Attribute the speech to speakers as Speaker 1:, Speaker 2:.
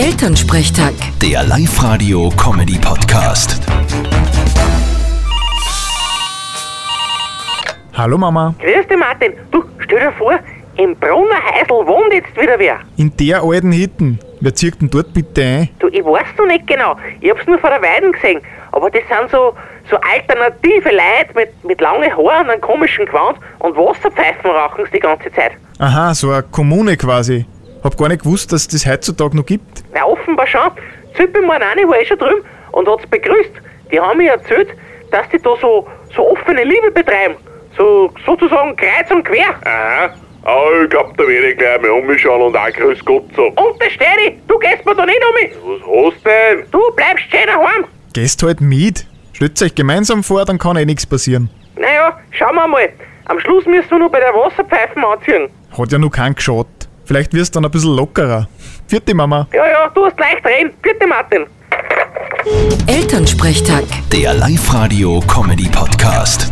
Speaker 1: Elternsprechtag.
Speaker 2: Der Live-Radio-Comedy-Podcast.
Speaker 3: Hallo Mama,
Speaker 4: Grüß dich, Martin. Du, stell dir vor, im Brunner Heisel wohnt jetzt wieder wer.
Speaker 3: in der alten Hitten, wer zieht denn dort bitte ein?
Speaker 4: Du, ich weiß noch nicht genau. Ich hab's nur vor der Weiden gesehen. Aber das sind so, so alternative Leute mit, mit langen Haaren und einem komischen Gewand und Wasserpfeifen rauchen's die ganze Zeit.
Speaker 3: Aha, so eine Kommune quasi. Hab gar nicht gewusst, dass das heutzutage noch gibt.
Speaker 4: Na, offenbar schon. Zippe Mornani war eh schon drüben und hat's begrüßt. Die haben mir erzählt, dass die da so, so offene Liebe betreiben. So, sozusagen kreuz und quer.
Speaker 5: Aha. Aber Äh, ich glaub, da werde ich gleich mal umschauen und auch grüß Gott sagen.
Speaker 4: Und das steh ich. Du gehst mir da nicht um mich.
Speaker 5: Was hast du denn?
Speaker 4: Du bleibst schön daheim.
Speaker 3: Gehst halt mit. Stellt euch gemeinsam vor, dann kann eh nichts passieren.
Speaker 4: Naja, schauen wir mal. Am Schluss müssen wir nur bei der Wasserpfeifen anziehen.
Speaker 3: Hat ja noch keinen geschaut. Vielleicht wirst du dann ein bisschen lockerer. Vierte Mama.
Speaker 4: Ja, ja, du hast leicht reden. Bitte, Martin.
Speaker 1: Elternsprechtag.
Speaker 2: Der Live-Radio-Comedy-Podcast.